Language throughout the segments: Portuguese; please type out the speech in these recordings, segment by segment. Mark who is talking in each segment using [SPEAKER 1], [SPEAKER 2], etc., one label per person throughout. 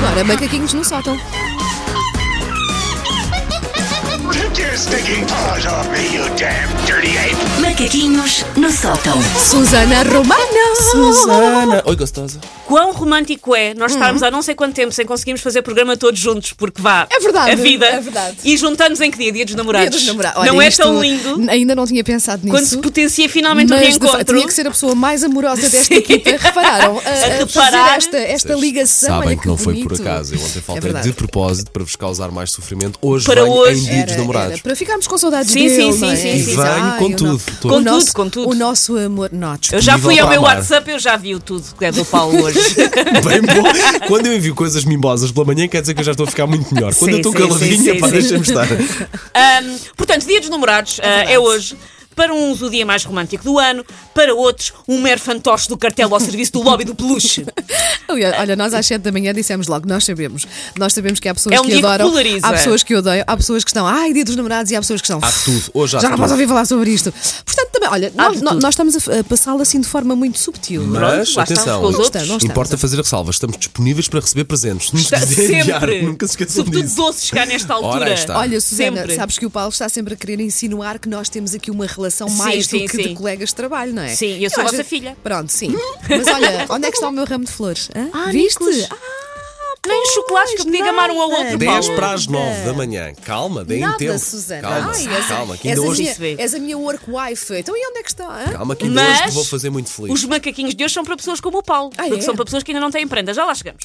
[SPEAKER 1] Agora, macaquinhos no sótão.
[SPEAKER 2] Take your stinking paws off me, you damn dirty ape!
[SPEAKER 3] Macaquinhos no sótão.
[SPEAKER 1] Susana Romano!
[SPEAKER 4] Susana! Oi, gostosa.
[SPEAKER 5] Quão romântico é
[SPEAKER 1] Uhum.
[SPEAKER 5] nós estarmos há não sei quanto tempo sem conseguirmos fazer programa todos juntos, porque vá.
[SPEAKER 1] É verdade,
[SPEAKER 5] A vida.
[SPEAKER 1] é verdade.
[SPEAKER 5] E juntamos em que dia? Dia dos namorados.
[SPEAKER 1] Dia dos namorados.
[SPEAKER 5] não
[SPEAKER 1] Olha,
[SPEAKER 5] é
[SPEAKER 1] isto
[SPEAKER 5] tão lindo
[SPEAKER 1] Ainda não tinha pensado nisso.
[SPEAKER 5] quando se potencia finalmente o
[SPEAKER 1] mas de facto,
[SPEAKER 5] reencontro.
[SPEAKER 1] tinha que ser a pessoa mais amorosa desta
[SPEAKER 5] Sim.
[SPEAKER 1] equipa. Repararam? A, a fazer
[SPEAKER 5] reparar.
[SPEAKER 1] esta, esta ligação.
[SPEAKER 4] Sabem
[SPEAKER 1] olha
[SPEAKER 4] que não foi por
[SPEAKER 1] bonito. É
[SPEAKER 4] acaso. Eu ontem faltei
[SPEAKER 1] verdade.
[SPEAKER 4] de propósito para vos causar mais sofrimento. Hoje
[SPEAKER 5] É Para
[SPEAKER 4] venho
[SPEAKER 5] hoje.
[SPEAKER 4] em dia
[SPEAKER 1] Era,
[SPEAKER 4] dos
[SPEAKER 1] era,
[SPEAKER 4] namorados.
[SPEAKER 1] para ficarmos com saudades
[SPEAKER 5] Sim,
[SPEAKER 1] dele,
[SPEAKER 5] sim, sim,
[SPEAKER 1] não é?
[SPEAKER 5] sim, sim.
[SPEAKER 4] E venho
[SPEAKER 1] Ai,
[SPEAKER 4] com
[SPEAKER 1] eu
[SPEAKER 4] tudo,
[SPEAKER 1] não-
[SPEAKER 4] tudo.
[SPEAKER 1] O
[SPEAKER 5] Com tudo,
[SPEAKER 1] nosso-
[SPEAKER 5] com tudo.
[SPEAKER 1] O nosso amor. Não,
[SPEAKER 5] Eu
[SPEAKER 1] desculpa.
[SPEAKER 5] já
[SPEAKER 4] Nível
[SPEAKER 5] fui ao meu
[SPEAKER 4] para amar.
[SPEAKER 5] WhatsApp, eu já vi o tudo que é do Paulo hoje.
[SPEAKER 4] Bem bom. Quando eu envio coisas mimosas pela manhã, quer dizer que eu já estou a ficar muito melhor. Quando eu
[SPEAKER 5] Sim,
[SPEAKER 4] estou
[SPEAKER 5] sim,
[SPEAKER 4] caladinha,
[SPEAKER 5] sim,
[SPEAKER 4] pá,
[SPEAKER 5] sim.
[SPEAKER 4] deixa-me estar.
[SPEAKER 5] Ahm, portanto, dia dos namorados ah, é,
[SPEAKER 1] verdade.
[SPEAKER 5] hoje. Para uns, o dia mais romântico do ano. Para outros, um mero fantoche do cartel ao serviço do lobby do peluche.
[SPEAKER 1] Olha, olha, nós às 7 da manhã dissemos logo, nós sabemos. Nós sabemos que há pessoas
[SPEAKER 5] É um
[SPEAKER 1] que
[SPEAKER 5] dia que
[SPEAKER 1] adoram.
[SPEAKER 5] polariza.
[SPEAKER 1] há pessoas que odeiam, há pessoas que estão, ai, dia dos namorados, e há pessoas que estão.
[SPEAKER 4] Há de tudo. Hoje há
[SPEAKER 1] já não
[SPEAKER 4] de tudo.
[SPEAKER 1] posso ouvir falar sobre isto. Portanto, também, olha, nós,
[SPEAKER 5] de
[SPEAKER 1] nós-
[SPEAKER 5] tudo.
[SPEAKER 1] nós estamos a, f- a passá-lo assim de forma muito subtil.
[SPEAKER 4] Mas,
[SPEAKER 5] lá estamos com
[SPEAKER 4] atenção,
[SPEAKER 5] os
[SPEAKER 1] outros. Não estamos.
[SPEAKER 4] importa fazer a ressalva. Estamos disponíveis para receber presentes. Se nos
[SPEAKER 5] Está
[SPEAKER 4] quiserem enviar,
[SPEAKER 5] sempre.
[SPEAKER 4] Nunca se esqueçam
[SPEAKER 5] Sobretudo
[SPEAKER 4] disso.
[SPEAKER 5] doces cá nesta altura.
[SPEAKER 4] Ora, aí está.
[SPEAKER 1] Olha, Susana,
[SPEAKER 5] Sempre.
[SPEAKER 1] sabes que o Paulo está sempre a querer insinuar que nós temos aqui uma relação
[SPEAKER 5] Sim,
[SPEAKER 1] mais do
[SPEAKER 5] sim,
[SPEAKER 1] que de
[SPEAKER 5] sim.
[SPEAKER 1] colegas de trabalho, não é?
[SPEAKER 5] Sim, eu sou
[SPEAKER 1] acho-
[SPEAKER 5] vossa filha.
[SPEAKER 1] Pronto, sim. Mas olha, onde é que está o meu ramo de flores? Hã?
[SPEAKER 5] Ah,
[SPEAKER 1] Viste?
[SPEAKER 5] Nicolas.
[SPEAKER 1] Ah,
[SPEAKER 5] Nem chocolate que eu podia gamar um ao outro,
[SPEAKER 4] 10
[SPEAKER 5] Paulo.
[SPEAKER 4] para as 9 da manhã. Calma, deem
[SPEAKER 1] nada,
[SPEAKER 4] tempo.
[SPEAKER 1] Susana.
[SPEAKER 4] Calma,
[SPEAKER 1] Ai, és-
[SPEAKER 4] calma, que
[SPEAKER 1] és,
[SPEAKER 4] ainda
[SPEAKER 1] a
[SPEAKER 4] hoje.
[SPEAKER 1] minha,
[SPEAKER 5] se vê.
[SPEAKER 1] és a minha work wife. Então e onde é que está? Hã?
[SPEAKER 4] Calma, que ainda hoje te
[SPEAKER 5] Mas
[SPEAKER 4] vou fazer muito feliz.
[SPEAKER 5] os macaquinhos de hoje são para pessoas como o Paulo,
[SPEAKER 1] Ah,
[SPEAKER 5] porque
[SPEAKER 1] é?
[SPEAKER 5] são para pessoas que ainda não têm prenda. Já lá chegamos.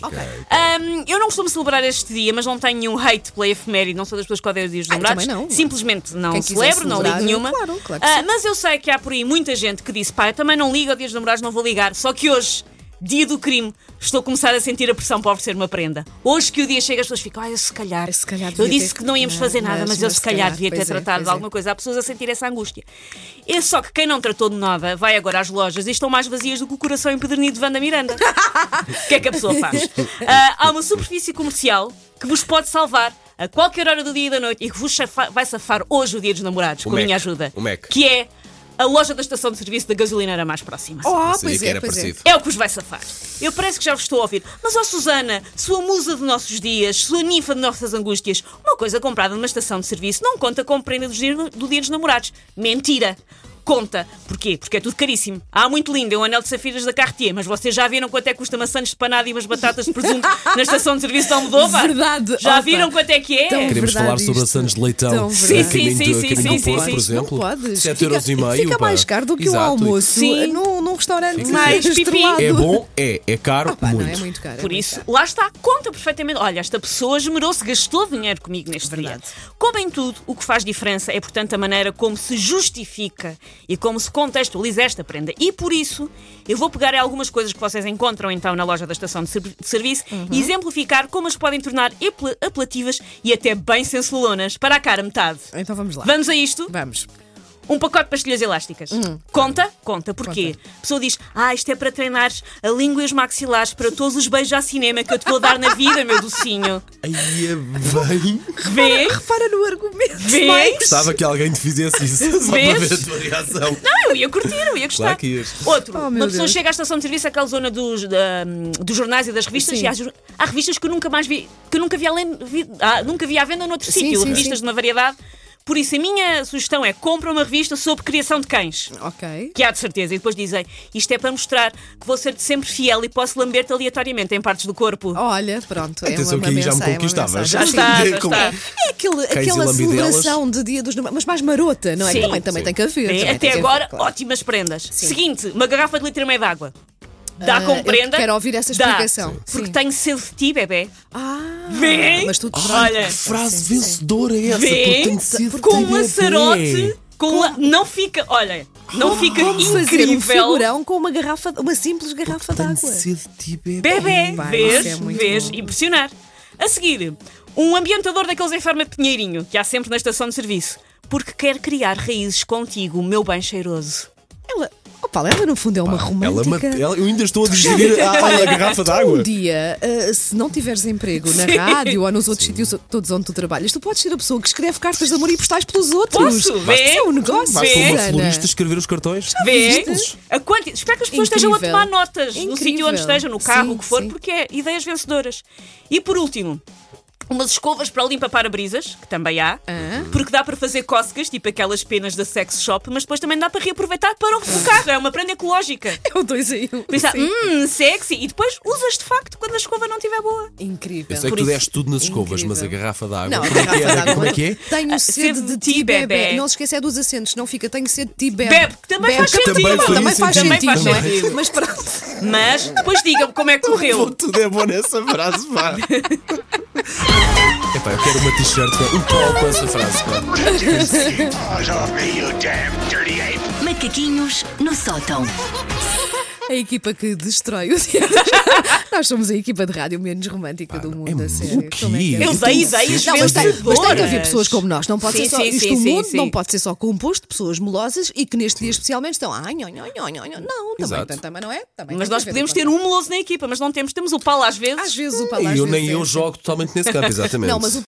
[SPEAKER 5] Ahm, eu não costumo celebrar este dia, mas não tenho nenhum hate pela efeméride, não sou das pessoas que odeiam os dias dos
[SPEAKER 1] Ah, eu
[SPEAKER 5] namorados.
[SPEAKER 1] também não.
[SPEAKER 5] Simplesmente não
[SPEAKER 1] Quem quiser
[SPEAKER 5] celebro, não
[SPEAKER 1] celebrar,
[SPEAKER 5] ligo nenhuma.
[SPEAKER 1] claro, claro que
[SPEAKER 5] Ah,
[SPEAKER 1] sim.
[SPEAKER 5] mas eu sei que há por aí muita gente que disse: pá, eu também não ligo ao dia dos namorados, não vou ligar. Só que hoje, dia do crime, estou a começar a sentir a pressão para oferecer uma prenda. Hoje que o dia chega, as pessoas ficam: ah, eu se calhar.
[SPEAKER 1] Se calhar
[SPEAKER 5] eu
[SPEAKER 1] devia
[SPEAKER 5] disse
[SPEAKER 1] ter-
[SPEAKER 5] que não íamos
[SPEAKER 1] não,
[SPEAKER 5] fazer nada,
[SPEAKER 1] mas-
[SPEAKER 5] mas, eu
[SPEAKER 1] mas
[SPEAKER 5] se
[SPEAKER 1] se calhar,
[SPEAKER 5] calhar devia ter
[SPEAKER 1] pois é,
[SPEAKER 5] tratado
[SPEAKER 1] pois
[SPEAKER 5] de
[SPEAKER 1] é.
[SPEAKER 5] alguma alguma coisa. Há pessoas a sentir essa angústia. É só que quem não tratou de nada vai agora às lojas e estão mais vazias do que o coração empedernido de Wanda Miranda. O que é que a pessoa faz? Ah, há uma superfície comercial que vos pode salvar a qualquer hora do dia e da noite e que vos safa- vai safar hoje o dia dos namorados,
[SPEAKER 4] O
[SPEAKER 5] com a
[SPEAKER 4] Mac.
[SPEAKER 5] minha ajuda.
[SPEAKER 4] O Mac.
[SPEAKER 5] Que é a loja da estação de serviço da gasolineira mais próxima.
[SPEAKER 1] Oh,
[SPEAKER 4] Sabia
[SPEAKER 1] pois
[SPEAKER 4] que
[SPEAKER 1] é,
[SPEAKER 4] era
[SPEAKER 1] pois é.
[SPEAKER 4] parecido.
[SPEAKER 5] É o que os vai safar. Eu parece que já vos estou a ouvir. Mas, ó Susana, sua musa de nossos dias, sua ninfa de nossas angústias, uma coisa comprada numa estação de serviço não conta como prenda dos dias- do dia dos namorados. Mentira! Conta. Porquê? Porque é tudo caríssimo. Há muito lindo, é um anel de safiras da Cartier, mas vocês já viram quanto é que custa maçãs de panada e umas batatas de presunto na estação de serviço de Almodóvar?
[SPEAKER 1] Verdade,
[SPEAKER 5] Já
[SPEAKER 1] opa.
[SPEAKER 5] viram quanto é que é?
[SPEAKER 1] Tão
[SPEAKER 4] Queremos
[SPEAKER 1] Verdade
[SPEAKER 4] falar sobre
[SPEAKER 1] isto.
[SPEAKER 4] a Santos de
[SPEAKER 1] Tão
[SPEAKER 4] Leitão.
[SPEAKER 1] verdade.
[SPEAKER 4] a caminho
[SPEAKER 5] Sim, sim,
[SPEAKER 4] de-
[SPEAKER 5] sim,
[SPEAKER 4] a caminho
[SPEAKER 5] sim,
[SPEAKER 4] do
[SPEAKER 5] sim,
[SPEAKER 4] Porto,
[SPEAKER 5] sim.
[SPEAKER 4] por
[SPEAKER 1] Não
[SPEAKER 4] exemplo.
[SPEAKER 1] podes.
[SPEAKER 4] 7
[SPEAKER 1] Fica-
[SPEAKER 4] euros e meio.
[SPEAKER 1] Fica
[SPEAKER 4] pá.
[SPEAKER 1] mais caro do que o
[SPEAKER 4] Exato.
[SPEAKER 1] almoço
[SPEAKER 5] Sim.
[SPEAKER 1] num, num restaurante
[SPEAKER 4] Fica-
[SPEAKER 1] mais
[SPEAKER 5] Fica-
[SPEAKER 1] estrelado.
[SPEAKER 4] É bom, é. É caro,
[SPEAKER 1] Pá,
[SPEAKER 4] muito.
[SPEAKER 1] Não é muito caro. é
[SPEAKER 5] Por
[SPEAKER 1] muito
[SPEAKER 5] isso,
[SPEAKER 1] caro.
[SPEAKER 5] lá está, conta perfeitamente. Olha, esta pessoa esmerou-se, gastou dinheiro comigo neste
[SPEAKER 1] Verdade.
[SPEAKER 5] dia. Como em tudo, o que faz diferença é, portanto, a maneira como se justifica e como se contextualiza esta prenda. E por isso, eu vou pegar em algumas coisas que vocês encontram então na loja da estação de, ser- de serviço
[SPEAKER 1] Uhum.
[SPEAKER 5] e exemplificar como as podem tornar apela- apelativas e até bem sensualonas para a cara metade.
[SPEAKER 1] Então vamos lá.
[SPEAKER 5] Vamos a isto?
[SPEAKER 1] Vamos.
[SPEAKER 5] Um pacote de pastilhas elásticas.
[SPEAKER 1] Hum.
[SPEAKER 5] Conta? Conta. Porquê? A pessoa diz: Ah, isto é para treinar a língua e os maxilares para todos os beijos à cinema que eu te vou dar na vida, meu docinho.
[SPEAKER 4] Aí é bem.
[SPEAKER 5] Vê?
[SPEAKER 1] Repara no argumento.
[SPEAKER 5] Vê?
[SPEAKER 1] mais.
[SPEAKER 4] Gostava que alguém te fizesse isso. Só para
[SPEAKER 5] Vês?
[SPEAKER 4] ver a tua reação.
[SPEAKER 5] Não, eu ia curtir, eu ia gostar.
[SPEAKER 4] Claro que ias.
[SPEAKER 5] Outro.
[SPEAKER 1] Oh, meu
[SPEAKER 5] uma pessoa
[SPEAKER 1] Deus.
[SPEAKER 5] chega à estação de serviço, àquela zona dos, da- dos jornais e das revistas,
[SPEAKER 1] Sim.
[SPEAKER 5] e há, jor- há revistas que eu nunca mais vi, que eu nunca vi, além, vi- ah, nunca vi à venda noutro
[SPEAKER 1] Sim,
[SPEAKER 5] sítio.
[SPEAKER 1] sim,
[SPEAKER 5] revistas
[SPEAKER 1] sim.
[SPEAKER 5] de uma variedade. Por isso, a minha sugestão é: compra uma revista sobre criação de cães.
[SPEAKER 1] Ok.
[SPEAKER 5] Que há de certeza. E depois dizem: Isto é para mostrar que vou ser sempre fiel e posso lamber-te aleatoriamente em partes do corpo.
[SPEAKER 1] Olha, pronto. É
[SPEAKER 4] Atenção
[SPEAKER 1] uma,
[SPEAKER 4] que aí
[SPEAKER 1] uma
[SPEAKER 4] já me
[SPEAKER 1] mensagem, é uma
[SPEAKER 4] conquistavas.
[SPEAKER 1] mensagem.
[SPEAKER 4] Já
[SPEAKER 5] está,
[SPEAKER 4] Sim.
[SPEAKER 5] já
[SPEAKER 4] Como-
[SPEAKER 5] está.
[SPEAKER 1] É aquele,
[SPEAKER 4] Cães e
[SPEAKER 1] aquela
[SPEAKER 4] lambidelas.
[SPEAKER 1] celebração de dia dos namorados, mas mais marota, não é?
[SPEAKER 5] Sim.
[SPEAKER 1] também também
[SPEAKER 4] Sim.
[SPEAKER 1] tem que haver.
[SPEAKER 5] Bem,
[SPEAKER 1] também tem
[SPEAKER 5] até
[SPEAKER 1] que
[SPEAKER 5] agora,
[SPEAKER 1] haver, claro.
[SPEAKER 5] ótimas prendas. Seguinte, uma garrafa de litro e meio de água. Dá
[SPEAKER 1] Ah,
[SPEAKER 5] com
[SPEAKER 1] eu
[SPEAKER 5] prenda?
[SPEAKER 1] quero ouvir essa
[SPEAKER 5] Dá.
[SPEAKER 1] explicação.
[SPEAKER 5] Porque
[SPEAKER 1] Sim.
[SPEAKER 5] tenho sede de ti, bebê.
[SPEAKER 1] Ah,
[SPEAKER 5] Vem!
[SPEAKER 1] mas tu
[SPEAKER 5] Olha,
[SPEAKER 4] Que frase vencedora é essa? Porque
[SPEAKER 5] vem
[SPEAKER 4] tem sido
[SPEAKER 5] com
[SPEAKER 4] bebê.
[SPEAKER 5] um laçarote. Com la- Não fica, olha, não fica
[SPEAKER 1] fazer um
[SPEAKER 5] incrível.
[SPEAKER 1] figurão com uma garrafa, uma simples garrafa de
[SPEAKER 4] Tem
[SPEAKER 1] água.
[SPEAKER 4] sido tibete.
[SPEAKER 5] Bebê,
[SPEAKER 1] Pá,
[SPEAKER 5] vês,
[SPEAKER 1] isso é muito
[SPEAKER 5] vês,
[SPEAKER 1] bom.
[SPEAKER 5] impressionar. A seguir, um ambientador daqueles em forma de pinheirinho, que há sempre na estação de serviço, porque quer criar raízes contigo, meu bem cheiroso.
[SPEAKER 1] Ela, Oh, Paulo, ela no fundo é uma
[SPEAKER 4] Ela,
[SPEAKER 1] romântica.
[SPEAKER 4] ma- ela- eu ainda estou a digerir a, a- a
[SPEAKER 1] Tu
[SPEAKER 4] garrafa d'água.
[SPEAKER 1] Um dia, ah, se não tiveres emprego na
[SPEAKER 5] Sim.
[SPEAKER 1] rádio ou nos outros sítios todos onde tu trabalhas, tu podes ser a pessoa que escreve cartas de amor e postais pelos outros.
[SPEAKER 5] Posso? Vê?
[SPEAKER 1] Isso é um negócio.
[SPEAKER 5] Vais para
[SPEAKER 4] Uma
[SPEAKER 1] Ana.
[SPEAKER 4] florista escrever os cartões.
[SPEAKER 5] Vê?
[SPEAKER 1] Viste?
[SPEAKER 5] A quanti... Espero que as pessoas
[SPEAKER 1] Incrível.
[SPEAKER 5] estejam a tomar notas no
[SPEAKER 1] Incrível.
[SPEAKER 5] sítio onde estejam, no carro,
[SPEAKER 1] Sim,
[SPEAKER 5] o que for,
[SPEAKER 1] sim.
[SPEAKER 5] porque é ideias vencedoras. E por último, umas escovas para limpar para-brisas, que também há,
[SPEAKER 1] Ah.
[SPEAKER 5] porque dá para fazer cócegas, tipo aquelas penas da sex shop, mas depois também dá para reaproveitar para o carro. É uma prenda ecológica.
[SPEAKER 1] É o dois em um.
[SPEAKER 5] Pensar,
[SPEAKER 1] Sim.
[SPEAKER 5] hum, sexy, e depois usas de facto quando a escova não estiver boa.
[SPEAKER 1] Incrível.
[SPEAKER 4] Eu sei que
[SPEAKER 5] Por
[SPEAKER 4] tu
[SPEAKER 5] isso-
[SPEAKER 4] deste tudo nas escovas,
[SPEAKER 1] Incrível.
[SPEAKER 4] mas a garrafa d'água.
[SPEAKER 1] Não,
[SPEAKER 4] Como é que é?
[SPEAKER 1] garrafa
[SPEAKER 4] Como é que é?
[SPEAKER 1] d'água. Tenho
[SPEAKER 5] Ah,
[SPEAKER 1] sede de ti, bebê.
[SPEAKER 5] bebé.
[SPEAKER 1] Não se esqueça é dos acentos, não fica. Tenho sede de ti, bebé.
[SPEAKER 5] Bebe, que também faz
[SPEAKER 1] que
[SPEAKER 5] sentido.
[SPEAKER 1] Também
[SPEAKER 4] Também
[SPEAKER 1] faz
[SPEAKER 4] faz
[SPEAKER 1] sentido, não é?
[SPEAKER 5] sentido.
[SPEAKER 1] Mas pronto.
[SPEAKER 5] Mas depois digam-me como é que
[SPEAKER 4] Pô,
[SPEAKER 5] correu.
[SPEAKER 4] tudo é bom nessa frase, pá. Epá, eu quero uma t-shirt com um pau com essa frase, pá.
[SPEAKER 2] Take your stinking paws off me, you damn dirty ape!
[SPEAKER 3] Macaquinhos no sótão.
[SPEAKER 1] A equipa que destrói o dia. Nós somos a equipa de rádio menos romântica do mundo,
[SPEAKER 4] é
[SPEAKER 1] a sério.
[SPEAKER 4] muito
[SPEAKER 1] Como é que é?
[SPEAKER 4] quê?
[SPEAKER 5] Eu
[SPEAKER 4] Eu
[SPEAKER 5] dei
[SPEAKER 4] tenho
[SPEAKER 5] ideias
[SPEAKER 4] sede
[SPEAKER 1] Não, mas, tem, mas tem que haver
[SPEAKER 5] vencedoras.
[SPEAKER 1] pessoas como nós. Não pode
[SPEAKER 5] Sim,
[SPEAKER 1] ser só,
[SPEAKER 5] sim,
[SPEAKER 1] isto
[SPEAKER 5] sim,
[SPEAKER 1] o
[SPEAKER 5] sim,
[SPEAKER 1] mundo
[SPEAKER 5] sim.
[SPEAKER 1] não pode ser só composto de pessoas melosas e que neste dia especialmente estão. Ai, nho, nho, nho, nho, nho. Não, também,
[SPEAKER 4] Exato.
[SPEAKER 1] tam- também não é? Também
[SPEAKER 5] Mas
[SPEAKER 1] tem
[SPEAKER 5] nós
[SPEAKER 1] que haver
[SPEAKER 5] podemos
[SPEAKER 1] um
[SPEAKER 5] ter um meloso na equipa, mas não temos. Temos o Paulo às vezes.
[SPEAKER 1] Às vezes o
[SPEAKER 4] E
[SPEAKER 1] palácio. é
[SPEAKER 4] eu nem eu jogo totalmente nesse campo, exatamente.
[SPEAKER 1] Não, mas o